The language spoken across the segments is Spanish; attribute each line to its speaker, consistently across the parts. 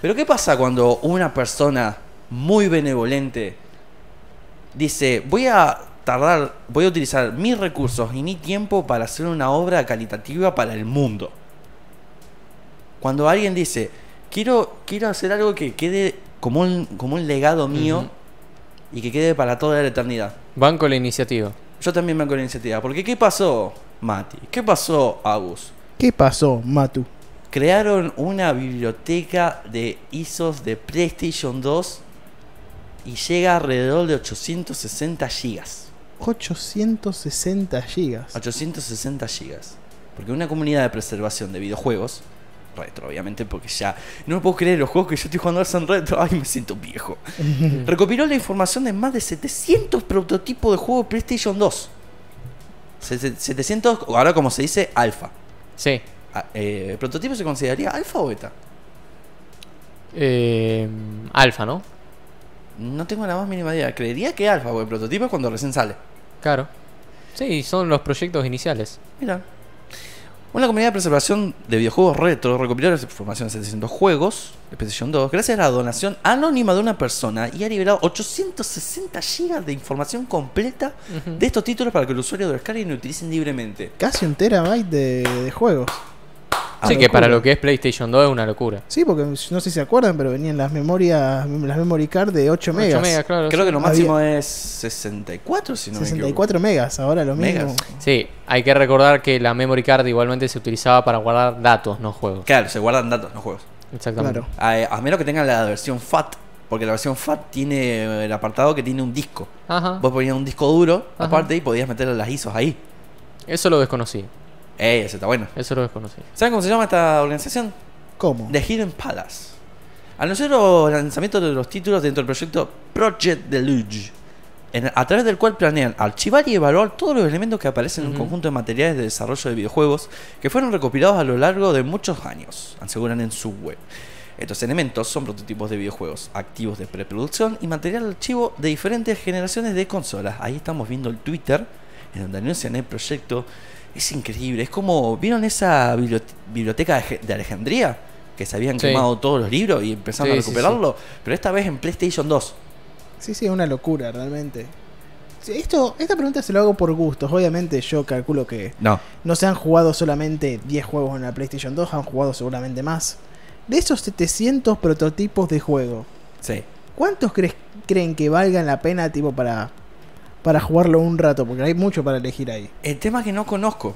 Speaker 1: Pero ¿qué pasa cuando una persona muy benevolente dice, voy a tardar, voy a utilizar mis recursos y mi tiempo para hacer una obra calitativa para el mundo? Cuando alguien dice, quiero, quiero hacer algo que quede como un, como un legado mío
Speaker 2: Ujú.
Speaker 1: y que quede para toda la eternidad.
Speaker 2: Banco la iniciativa.
Speaker 1: Yo también me con la iniciativa. Porque ¿qué pasó, Mati? ¿Qué pasó, Agus?
Speaker 3: ¿Qué pasó, Matu?
Speaker 1: Crearon una biblioteca de ISOs de PlayStation 2 y llega alrededor de 860 gigas.
Speaker 3: 860 gigas.
Speaker 1: 860 gigas. Porque una comunidad de preservación de videojuegos, retro obviamente, porque ya no me puedo creer los juegos que yo estoy jugando ahora son retro. Ay, me siento viejo. Recopiló la información de más de 700 prototipos de juegos de PlayStation 2. Se- se- 700, o ahora como se dice, alfa.
Speaker 2: Sí.
Speaker 1: Ah, eh, ¿El prototipo se consideraría alfa o beta?
Speaker 2: Eh, alfa, ¿no?
Speaker 1: No tengo la más mínima idea. Creería que alfa, porque el prototipo es cuando recién sale.
Speaker 2: Claro. Sí, son los proyectos iniciales.
Speaker 1: Mira. Una comunidad de preservación de videojuegos retro recopiló la información de 700 juegos de PlayStation 2 gracias a la donación anónima de una persona y ha liberado 860 GB de información completa
Speaker 2: Ujú.
Speaker 1: de estos títulos para que el usuario lo descarguen y lo utilicen libremente.
Speaker 3: Casi un terabyte de, de juegos.
Speaker 2: Sí,
Speaker 1: Ah,
Speaker 2: que para
Speaker 3: locura.
Speaker 2: lo que es PlayStation 2 es una locura.
Speaker 3: Sí, porque no sé si se acuerdan, pero venían las memorias, las memory card de 8 megas.
Speaker 2: 8 megas, claro.
Speaker 1: Creo
Speaker 2: sí.
Speaker 1: que lo máximo es 64, si no me equivoco.
Speaker 3: 64 megas, ahora lo mismo.
Speaker 1: Megas.
Speaker 2: Sí, hay que recordar que la memory card igualmente se utilizaba para guardar datos, no juegos.
Speaker 1: Claro, se guardan datos, no juegos.
Speaker 2: Exactamente.
Speaker 3: Claro.
Speaker 1: A, eh, a menos que tengan la versión FAT, porque la versión FAT tiene el apartado que tiene un disco.
Speaker 2: Ajá.
Speaker 1: Vos ponías un disco duro
Speaker 2: Ajá.
Speaker 1: aparte y podías meter las ISOs ahí.
Speaker 2: Eso lo desconocí.
Speaker 1: Ey, eso está bueno.
Speaker 2: Eso lo desconocí.
Speaker 1: ¿Saben cómo se llama esta organización?
Speaker 3: ¿Cómo?
Speaker 1: The Hidden Palace. Anunció los lanzamientos de los títulos dentro del proyecto Project Deluge, en- a través del cual planean archivar y evaluar todos los elementos que aparecen en un
Speaker 2: Ujú.
Speaker 1: conjunto de materiales de desarrollo de videojuegos que fueron recopilados a lo largo de muchos años, aseguran en su web. Estos elementos son prototipos de videojuegos, activos de preproducción y material de archivo de diferentes generaciones de consolas. Ahí estamos viendo el Twitter, en donde anuncian el proyecto. Es increíble, es como, ¿vieron esa bibliote- biblioteca de Ge- de Alejandría? Que se habían
Speaker 2: Sí.
Speaker 1: quemado todos los libros y empezaron
Speaker 2: Sí,
Speaker 1: a
Speaker 2: sí, sí.
Speaker 1: recuperarlo, pero esta vez en PlayStation 2.
Speaker 3: Sí, sí, es una locura, realmente. Sí, Esto, esta pregunta se lo hago por gustos. Obviamente yo calculo que
Speaker 1: No.
Speaker 3: no se han jugado solamente 10 juegos en la PlayStation 2, han jugado seguramente más. De esos 700 prototipos de juego,
Speaker 1: Sí.
Speaker 3: ¿cuántos cre- creen que valgan la pena tipo para, para jugarlo un rato? Porque hay mucho para elegir ahí.
Speaker 1: El tema es que no conozco.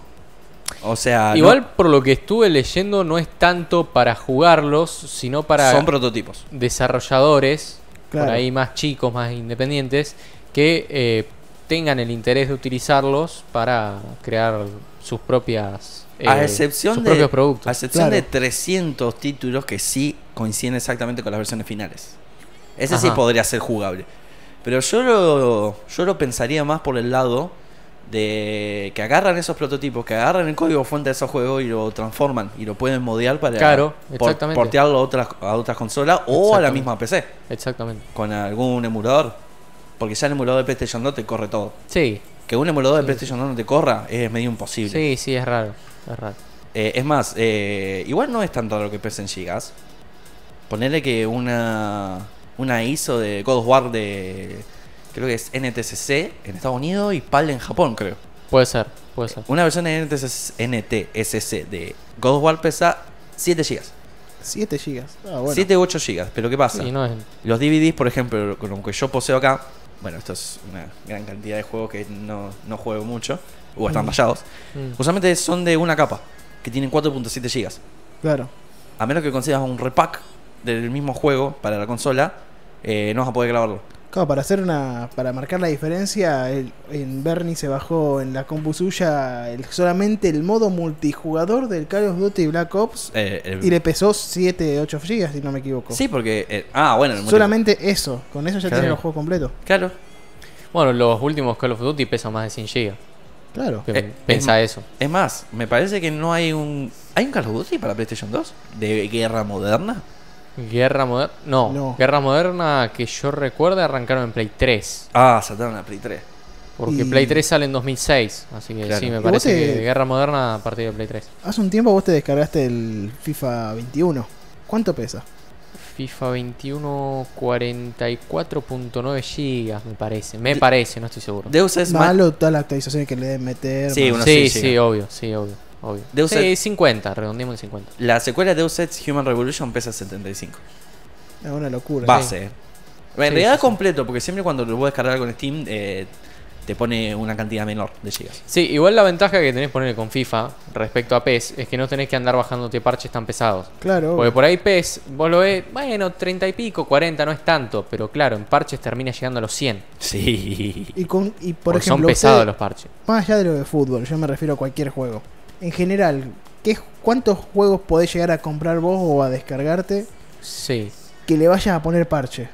Speaker 1: O sea, Ah, no-
Speaker 2: Igual por lo que estuve leyendo no es tanto para jugarlos, sino para
Speaker 1: son prototipos.
Speaker 2: desarrolladores,
Speaker 3: Claro.
Speaker 2: por ahí más chicos, más independientes, que eh, tengan el interés de utilizarlos para crear sus propias
Speaker 1: a
Speaker 2: eh,
Speaker 1: excepción
Speaker 2: sus
Speaker 1: de
Speaker 2: propios
Speaker 1: a
Speaker 2: productos.
Speaker 1: excepción de
Speaker 3: Claro.
Speaker 1: 300 títulos que sí coinciden exactamente con las versiones finales. Ese sí
Speaker 2: Ajá.
Speaker 1: podría ser jugable. Pero yo lo, yo lo pensaría más por el lado de que agarran esos prototipos, que agarran el código fuente de esos juegos y lo transforman y lo pueden modear para
Speaker 2: Claro,
Speaker 1: por-
Speaker 2: exactamente.
Speaker 1: portearlo a otras, a otras consolas o a la
Speaker 2: Exactamente.
Speaker 1: misma PC
Speaker 2: Exactamente.
Speaker 1: con algún emulador. Porque ya el emulador de PlayStation 2 te corre todo.
Speaker 2: Sí,
Speaker 1: Que un emulador de PlayStation 2 no te corra es medio imposible.
Speaker 2: sí, sí, es raro. Es raro.
Speaker 1: Eh, es más, eh, igual no es tan raro que pesen gigas. Ponerle que una, una ISO de God of War de. Creo que es NTSC en Estados Unidos y PAL en Japón, creo.
Speaker 2: Puede ser, puede ser.
Speaker 1: Una versión de NTSC, NTSC de God of War pesa 7 gigas.
Speaker 3: 7 gigas. Ah, bueno.
Speaker 1: 7 u 8 gigas. Pero ¿qué pasa?
Speaker 2: Sí, no es-
Speaker 1: Los DVDs, por ejemplo, con lo que yo poseo acá, bueno, esto es una gran cantidad de juegos que no, no juego mucho, o están rayados,
Speaker 2: Mm.
Speaker 1: usualmente son de una capa, que tienen 4.7 gigas.
Speaker 3: Claro.
Speaker 1: A menos que consigas un repack del mismo juego para la consola, eh, no vas a poder grabarlo.
Speaker 3: Claro, para hacer una. para marcar la diferencia, el- en Bernie se bajó en la compu suya el- solamente el modo multijugador del Call of Duty Black Ops
Speaker 1: Eh, el-
Speaker 3: y le pesó 7, 8 gigas, si no me equivoco.
Speaker 1: sí, porque... eh, ah, bueno, el multi-
Speaker 3: solamente eso, con eso ya
Speaker 1: Claro.
Speaker 3: tiene los juegos completos.
Speaker 1: Claro.
Speaker 2: Bueno, los últimos Call of Duty pesan más de 100 GB.
Speaker 3: Claro.
Speaker 1: Eh, es
Speaker 2: Pensa
Speaker 1: más-
Speaker 2: eso.
Speaker 1: Es más, me parece que no hay un... ¿Hay un Call of Duty para PlayStation 2? ¿De guerra moderna?
Speaker 2: Guerra Moderna. No,
Speaker 3: No.
Speaker 2: Guerra Moderna que yo recuerdo arrancaron en Play 3.
Speaker 1: Ah, saltaron a Play 3.
Speaker 2: Porque
Speaker 3: Y-
Speaker 2: Play 3 sale en 2006. Así que
Speaker 1: Claro.
Speaker 2: sí,
Speaker 3: ¿Y
Speaker 2: me
Speaker 3: vos
Speaker 2: parece
Speaker 3: te-
Speaker 2: que Guerra Moderna a partir de Play 3.
Speaker 3: Hace un tiempo vos te descargaste el FIFA 21. ¿Cuánto pesa?
Speaker 2: FIFA 21 44.9 gigas, me parece. Me parece, no estoy seguro.
Speaker 1: Deus es más.
Speaker 3: Malo todas las actualizaciones que le deben meter.
Speaker 1: Sí,
Speaker 3: más-
Speaker 1: uno
Speaker 2: sí,
Speaker 1: sí
Speaker 2: sí,
Speaker 1: llega.
Speaker 2: obvio, sí, obvio, obvio.
Speaker 1: Deus
Speaker 2: Sí,
Speaker 1: Ex-
Speaker 2: 50, redondeamos en 50.
Speaker 1: La secuela de Deus Ex Human Revolution pesa 75.
Speaker 3: Es una locura.
Speaker 1: Base. eh. En
Speaker 2: Sí,
Speaker 1: realidad
Speaker 2: sí, sí.
Speaker 1: completo, porque siempre cuando lo voy a descargar con Steam eh, te pone una cantidad menor de gigas.
Speaker 2: Sí, igual la ventaja que tenés ponerle con FIFA respecto a PES es que no tenés que andar bajándote parches tan pesados.
Speaker 3: Claro.
Speaker 2: Porque por ahí PES, vos lo ves, bueno, 30 y pico, 40 no es tanto, pero claro, en parches termina llegando a los 100.
Speaker 1: Sí.
Speaker 3: Y, con, y por
Speaker 2: porque
Speaker 3: ejemplo,
Speaker 2: son pesados
Speaker 3: ustedes-
Speaker 2: los parches.
Speaker 3: más allá de lo de fútbol, yo me refiero a cualquier juego. En general, ¿qué, ¿cuántos juegos podés llegar a comprar vos o a descargarte
Speaker 2: Sí,
Speaker 3: que le vayas a poner parche?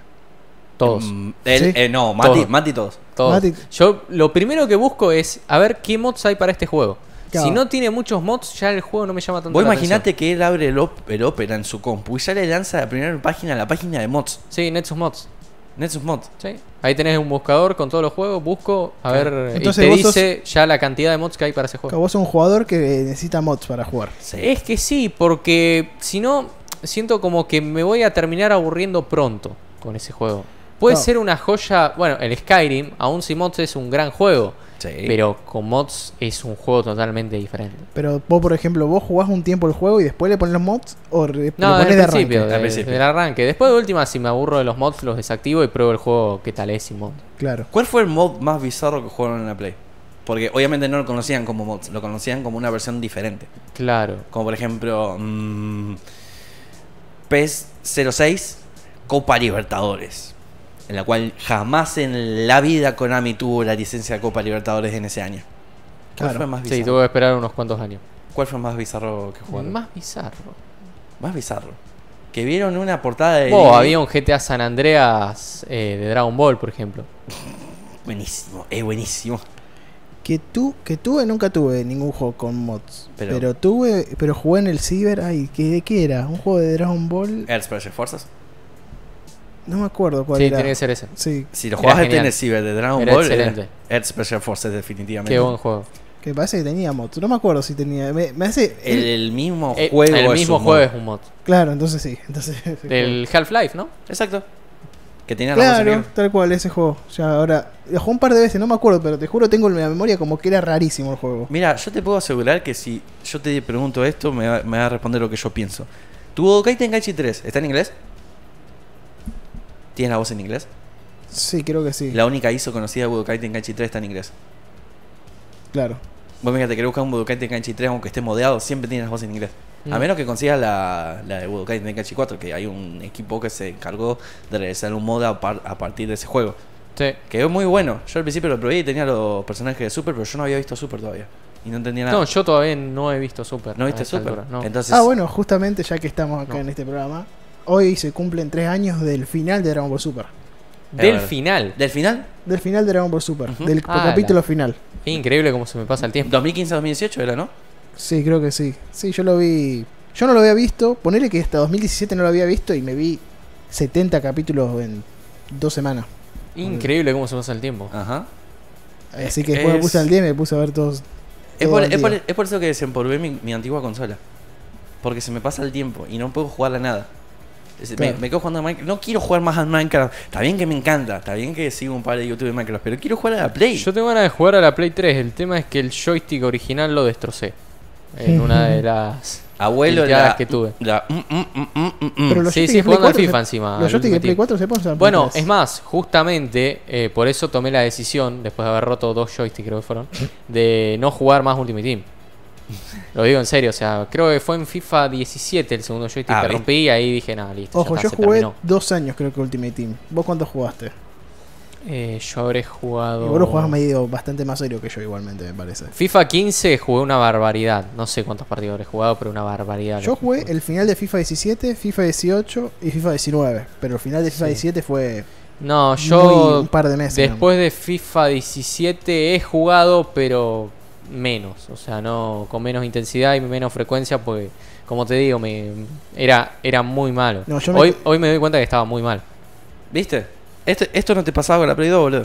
Speaker 2: todos.
Speaker 1: Mm, él-
Speaker 3: Sí.
Speaker 1: eh, no, Mati,
Speaker 2: Todos.
Speaker 1: Mati todos.
Speaker 2: todos.
Speaker 3: Mati-
Speaker 2: Yo lo primero que busco es a ver qué mods hay para este juego.
Speaker 3: Claro.
Speaker 2: Si no tiene muchos mods, ya el juego no me llama tanto
Speaker 1: Vos
Speaker 2: la atención.
Speaker 1: imaginate que él abre el, op- el Opera en su compu y ya le lanza la primera página a la página de mods.
Speaker 2: Sí, Nexus Mods.
Speaker 1: Nexus Mods.
Speaker 2: Sí. Ahí tenés un buscador con todos los juegos, busco, a ver, eh,
Speaker 3: Entonces
Speaker 2: y te
Speaker 3: vos sos-
Speaker 2: dice ya la cantidad de mods que hay para ese
Speaker 3: Que
Speaker 2: juego.
Speaker 3: vos sos un jugador que necesita mods para jugar.
Speaker 1: Sí.
Speaker 2: Es que sí, porque si no, siento como que me voy a terminar aburriendo pronto con ese juego. Puede
Speaker 3: No.
Speaker 2: ser una joya, bueno, el Skyrim, aún sin mods es un gran juego, pero con mods es un juego totalmente diferente.
Speaker 3: Pero vos, por ejemplo, vos jugás un tiempo el juego y después le pones los mods o re-
Speaker 2: No,
Speaker 3: lo
Speaker 2: desde
Speaker 3: pones
Speaker 2: el
Speaker 3: de
Speaker 2: principio,
Speaker 3: arranque.
Speaker 2: de-
Speaker 1: Al principio.
Speaker 2: del arranque. Después de última, si me aburro de los mods, los desactivo y pruebo el juego qué tal es sin mods.
Speaker 3: Claro.
Speaker 1: ¿Cuál fue el mod más bizarro que jugaron en la Play? Porque obviamente no lo conocían como mods, lo conocían como una versión diferente.
Speaker 2: Claro.
Speaker 1: Como por ejemplo, mm, PES 06 Copa Libertadores. En la cual jamás en la vida Konami tuvo la licencia de Copa Libertadores en ese año. ¿Cuál
Speaker 3: Claro.
Speaker 1: fue más
Speaker 2: Sí,
Speaker 1: bizarro?
Speaker 2: tuve que esperar unos cuantos años.
Speaker 1: ¿Cuál fue más bizarro que jugaron?
Speaker 2: Más bizarro.
Speaker 1: Más bizarro. Que vieron una portada de.
Speaker 2: Oh, había un GTA San Andreas eh, de Dragon Ball, por ejemplo.
Speaker 1: Buenísimo, es buenísimo.
Speaker 3: Que, tú, que tuve, nunca tuve ningún juego con mods.
Speaker 1: Pero-
Speaker 3: Pero, tuve, pero jugué en el Cyber. Ay, ¿qué, ¿de qué era? ¿Un juego de Dragon Ball?
Speaker 1: Earth Project Forces.
Speaker 3: No me acuerdo cuál
Speaker 2: Eh. Sí,
Speaker 3: era.
Speaker 2: tiene que ser ese.
Speaker 3: Sí,
Speaker 1: Si lo
Speaker 2: Era
Speaker 1: jugabas en
Speaker 2: genial.
Speaker 1: el Cyber de Dragon
Speaker 2: Era
Speaker 1: Ball,
Speaker 2: excelente.
Speaker 1: era Earth Project Forces, definitivamente.
Speaker 2: Qué buen juego.
Speaker 3: que parece que tenía mods. No me acuerdo si tenía. Me, me hace.
Speaker 1: El, el mismo
Speaker 2: Eh,
Speaker 1: juego.
Speaker 2: el
Speaker 1: es
Speaker 2: mismo
Speaker 1: un mod.
Speaker 2: juego es un mod.
Speaker 3: Claro, entonces sí. Entonces,
Speaker 2: Del Half-Life, ¿no?
Speaker 1: Exacto. Que tenía la música
Speaker 3: Claro, tal cual, ese juego. Ya ahora. Lo jugué un par de veces, no me acuerdo, pero te juro, tengo en la memoria como que era rarísimo el juego.
Speaker 1: Mira, yo te puedo asegurar que si yo te pregunto esto, me va, me va a responder lo que yo pienso. Tu Godokai Tenkaichi 3, ¿está en inglés? ¿Tienes la voz en inglés?
Speaker 3: Sí, creo que sí.
Speaker 1: La única ISO conocida de Budokai Tenkaichi 3 está en inglés.
Speaker 3: Claro.
Speaker 1: Vos fíjate, querés buscar un Budokai Tenkaichi 3, aunque esté modeado, siempre tiene las voces en inglés. A
Speaker 2: Mm.
Speaker 1: menos que consigas la, la de Budokai Tenkaichi 4, que hay un equipo que se encargó de realizar un mod a, par- a partir de ese juego.
Speaker 2: Sí.
Speaker 1: Quedó muy bueno. Yo al principio lo probé y tenía los personajes de Super, pero yo no había visto Super todavía. Y no entendía nada.
Speaker 2: No, yo todavía no he visto Super.
Speaker 1: ¿No
Speaker 2: a
Speaker 1: viste
Speaker 2: esta
Speaker 1: Super?
Speaker 2: altura, no.
Speaker 1: Entonces,
Speaker 3: Ah, bueno, justamente ya que estamos acá
Speaker 2: No.
Speaker 3: en este programa, hoy se cumplen tres años del final de Dragon Ball Super.
Speaker 2: Del
Speaker 1: verdad.
Speaker 2: final.
Speaker 1: ¿Del final?
Speaker 3: Del final de Dragon Ball Super,
Speaker 1: Ujú.
Speaker 3: del
Speaker 2: Ah,
Speaker 3: capítulo
Speaker 2: la-
Speaker 3: final.
Speaker 2: Increíble cómo se me pasa el tiempo.
Speaker 1: 2015-2018 era, ¿no?
Speaker 3: Sí, creo que sí. Sí, yo lo vi. Yo no lo había visto. Ponele que hasta 2017 no lo había visto y me vi 70 capítulos en dos semanas.
Speaker 2: Increíble cómo se pasa el tiempo.
Speaker 1: Ajá.
Speaker 3: Así que después me
Speaker 1: Es-
Speaker 3: puse al día y me puse a ver todos.
Speaker 1: Es
Speaker 3: todo
Speaker 1: por,
Speaker 3: al
Speaker 1: es
Speaker 3: día.
Speaker 1: por- es por eso que desempolvé mi, mi antigua consola. Porque se me pasa el tiempo y no puedo jugar a nada. Es- me-
Speaker 3: Claro.
Speaker 1: Me, quedo jugando a Minecraft. No quiero jugar más a Minecraft. Está bien que me encanta. Está bien que sigo un par de YouTube de Minecraft. Pero quiero jugar a la Play.
Speaker 2: Yo tengo ganas de jugar a la Play 3. El tema es que el joystick original lo destrocé. En una de las.
Speaker 1: Abuelo,
Speaker 2: Tilteadas
Speaker 1: la.
Speaker 2: que tuve.
Speaker 1: la- mm, mm, mm, mm, mm, mm.
Speaker 3: Pero los
Speaker 2: Sí, sí,
Speaker 3: joysticks de Play
Speaker 2: jugando al
Speaker 3: 4 se-
Speaker 2: FIFA encima. al
Speaker 3: Los joysticks de
Speaker 2: Ultimate
Speaker 3: Play
Speaker 2: Team.
Speaker 3: 4 se ponen al
Speaker 2: Ah, Bueno,
Speaker 3: Play
Speaker 2: es
Speaker 3: 3.
Speaker 2: más, justamente eh, por eso tomé la decisión, después de haber roto dos joysticks, creo que fueron, de no jugar más Ultimate Team. Lo digo en serio, o sea, creo que fue en FIFA 17 el segundo joystick
Speaker 1: Ah,
Speaker 2: que
Speaker 1: ¿viste?
Speaker 2: rompí y ahí dije, nada, listo. ya
Speaker 3: Ojo,
Speaker 2: está,
Speaker 3: yo
Speaker 2: se
Speaker 3: jugué
Speaker 2: terminó".
Speaker 3: dos años creo que Ultimate Team. ¿Vos cuánto jugaste?
Speaker 2: Eh, yo habré jugado.
Speaker 3: Y vos lo jugás medio bastante más serio que yo igualmente, me parece.
Speaker 2: FIFA 15 jugué una barbaridad. No sé cuántos partidos habré jugado, pero una barbaridad.
Speaker 3: Yo jugué el final de FIFA 17, FIFA 18 y FIFA 19. Pero el final de FIFA
Speaker 2: Sí.
Speaker 3: 17 fue
Speaker 2: No,
Speaker 3: muy-
Speaker 2: yo
Speaker 3: un par de meses.
Speaker 2: Después de FIFA 17 he jugado, pero menos, o sea, no con menos intensidad y menos frecuencia, pues como te digo, me era era muy malo.
Speaker 3: No, yo me-
Speaker 2: hoy, hoy me doy cuenta que estaba muy mal.
Speaker 1: Este, ¿Viste? Esto, esto no te pasaba con la Play 2, boludo.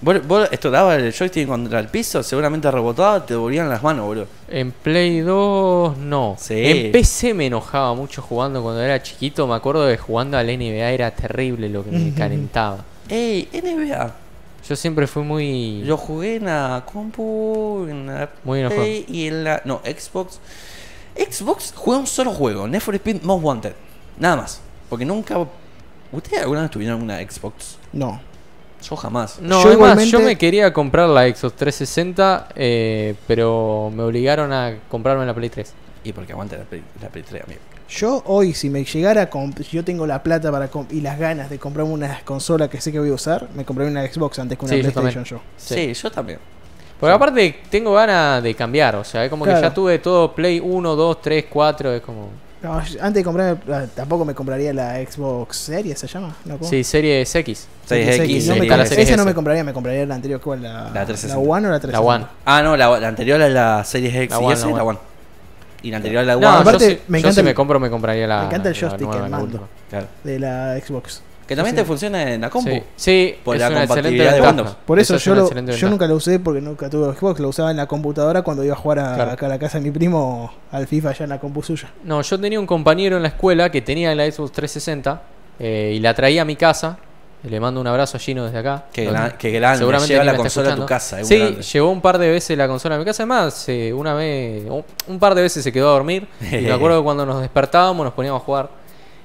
Speaker 1: Vos, vos estorabas el joystick contra el piso, seguramente rebotaba, te volvían las manos, boludo.
Speaker 2: En Play 2 no.
Speaker 1: Sí.
Speaker 2: En PC me enojaba mucho jugando cuando era chiquito. Me acuerdo de jugando al NBA era terrible lo que me
Speaker 3: Ujú.
Speaker 2: calentaba.
Speaker 1: Ey, NBA.
Speaker 2: Yo siempre fui muy...
Speaker 1: Yo jugué en la compu, en la
Speaker 2: Muy enojado.
Speaker 1: Play y en la. No, Xbox. Xbox jugué un solo juego, Need for Speed Most Wanted. Nada más. Porque nunca. ¿Ustedes alguna vez tuvieron una Xbox?
Speaker 3: No.
Speaker 1: Yo jamás.
Speaker 2: No,
Speaker 3: Yo
Speaker 2: es más, yo
Speaker 3: igualmente-
Speaker 2: me quería comprar la Xbox 360, eh, pero me obligaron a comprarme la Play 3.
Speaker 1: Y porque aguante la Play, la Play 3, amigo.
Speaker 3: Yo hoy, si me llegara, a comp- si yo tengo la plata para comp- y las ganas de comprarme una consola que sé que voy a usar, me compraré una Xbox antes que una
Speaker 2: Sí, yo
Speaker 3: PlayStation yo.
Speaker 1: Sí, yo también.
Speaker 2: Porque aparte tengo ganas de cambiar, o sea, es como que
Speaker 3: Claro.
Speaker 2: ya tuve todo Play 1, 2, 3, 4, es como...
Speaker 3: No, yo- antes de comprarme, ah, tampoco me compraría la Xbox Series, ¿se llama? ¿No? ¿Cómo?
Speaker 2: Sí, Series X.
Speaker 3: Series X, no me
Speaker 2: series.
Speaker 3: compraría-
Speaker 2: La serie
Speaker 3: esa no
Speaker 2: S.
Speaker 3: me compraría, me compraría la anterior, ¿cuál? La,
Speaker 1: La 360.
Speaker 3: One o la 360?
Speaker 2: La One.
Speaker 1: Ah, no, la, la anterior a la Series X
Speaker 2: La
Speaker 1: y
Speaker 2: One,
Speaker 1: esa
Speaker 2: la
Speaker 1: es la
Speaker 2: One.
Speaker 1: One. Y la anterior a la One.
Speaker 2: No, yo
Speaker 3: aparte,
Speaker 2: sí- yo,
Speaker 3: me encanta
Speaker 2: si
Speaker 3: el-
Speaker 2: me compro me compraría la...
Speaker 3: me encanta el
Speaker 2: la
Speaker 3: joystick,
Speaker 2: nueva,
Speaker 3: el
Speaker 2: la
Speaker 3: mando.
Speaker 2: última.
Speaker 1: Claro.
Speaker 3: De la Xbox.
Speaker 1: Que también
Speaker 3: Sí.
Speaker 1: te funciona en la compu.
Speaker 2: Sí, sí,
Speaker 1: Por
Speaker 2: es
Speaker 1: la
Speaker 2: una excelente
Speaker 1: compatibilidad de Windows.
Speaker 2: ventaja.
Speaker 3: Por eso,
Speaker 2: es
Speaker 3: yo,
Speaker 2: una
Speaker 3: lo-
Speaker 2: excelente
Speaker 3: yo
Speaker 2: ventaja.
Speaker 3: nunca la usé porque nunca tuve Xbox, la usaba en la computadora cuando iba a jugar a,
Speaker 2: Claro.
Speaker 3: acá a la casa de mi primo al FIFA allá en la compu suya.
Speaker 2: No, yo tenía un compañero en la escuela que tenía la Xbox 360 eh, y la traía a mi casa. Le mando un abrazo a Gino desde acá.
Speaker 1: Que,
Speaker 2: No,
Speaker 1: gran- que grande.
Speaker 2: seguramente
Speaker 1: Lleva
Speaker 2: ni
Speaker 1: la
Speaker 2: me está
Speaker 1: consola a tu
Speaker 2: escuchando.
Speaker 1: casa. es un
Speaker 2: Sí,
Speaker 1: grande.
Speaker 2: llevó un par de veces la consola a mi casa. Además, eh, una vez, un, un par de veces se quedó a dormir. y me acuerdo que cuando nos despertábamos nos poníamos a jugar.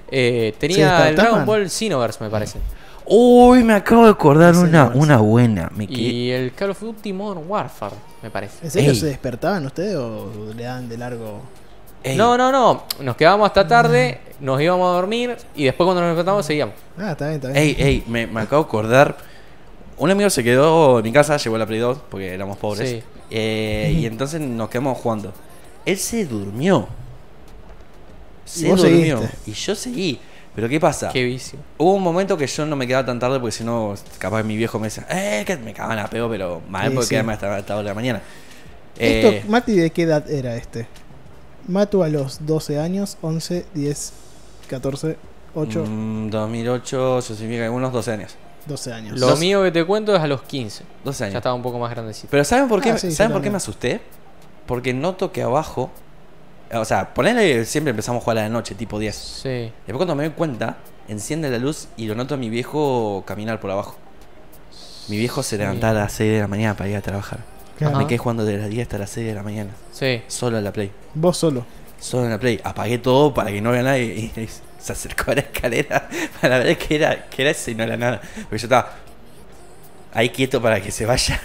Speaker 2: Eh, tenía el
Speaker 3: despertaban?
Speaker 2: Dragon Ball Xenoverse, me parece.
Speaker 1: Uy, me acabo de acordar
Speaker 3: Ese
Speaker 1: una,
Speaker 3: no es.
Speaker 1: una buena. Me quedé-
Speaker 2: Y el Call of Duty Modern Warfare, me parece.
Speaker 3: ¿En serio
Speaker 1: Ey.
Speaker 3: se despertaban ustedes o le dan de largo?
Speaker 1: Ey,
Speaker 2: No, no, no. Nos quedábamos hasta tarde, nos íbamos a dormir y después cuando nos despertábamos
Speaker 1: Mm.
Speaker 2: seguíamos.
Speaker 3: Ah, está bien, está bien.
Speaker 1: Ey, ey, me, me acabo de acordar. Un amigo se quedó en mi casa, llegó la Play 2 porque éramos pobres.
Speaker 2: Sí.
Speaker 1: Eh, y entonces nos quedamos jugando. Él se durmió. Se
Speaker 3: vos
Speaker 1: durmió.
Speaker 3: seguiste.
Speaker 1: Y yo seguí. Pero ¿qué pasa?
Speaker 2: Qué vicio.
Speaker 1: Hubo un momento que yo no me quedaba tan tarde porque si no, capaz mi viejo me decía, eh, que me cagaban a peo, pero mal
Speaker 3: Sí,
Speaker 1: porque
Speaker 3: sí.
Speaker 1: quedarme hasta esta hora de la mañana. Eh,
Speaker 3: Esto, Mati, ¿de qué edad era este? Matu a los 12 años, 11, 10, 14, 8,
Speaker 1: mm, 2008, eso significa que unos 12 años.
Speaker 3: 12 años.
Speaker 2: Lo
Speaker 1: Los-
Speaker 2: mío que te cuento es a los 15.
Speaker 1: 12
Speaker 2: Ya
Speaker 1: años.
Speaker 2: estaba un poco más grandecito.
Speaker 1: Pero ¿saben por qué,
Speaker 3: Ah, sí, yo
Speaker 1: ¿saben por qué
Speaker 3: también.
Speaker 1: me asusté? Porque noto que abajo, eh, o sea, ponele, siempre empezamos a jugar a la noche, tipo 10.
Speaker 2: Sí.
Speaker 1: Después cuando me doy cuenta, enciende la luz y lo noto a mi viejo caminar por abajo. Mi viejo se levantaba a las 6 de la mañana para ir a trabajar.
Speaker 3: Claro.
Speaker 1: Me
Speaker 2: Ajá.
Speaker 1: quedé jugando de las 10 hasta las 6 de la mañana,
Speaker 2: Sí.
Speaker 1: solo en la Play.
Speaker 3: Vos solo.
Speaker 1: Solo en la Play. Apagué todo para que no vea nadie. Y, y se acercó a la escalera para ver qué era, qué era eso y no era nada. Porque yo estaba ahí quieto para que se vaya.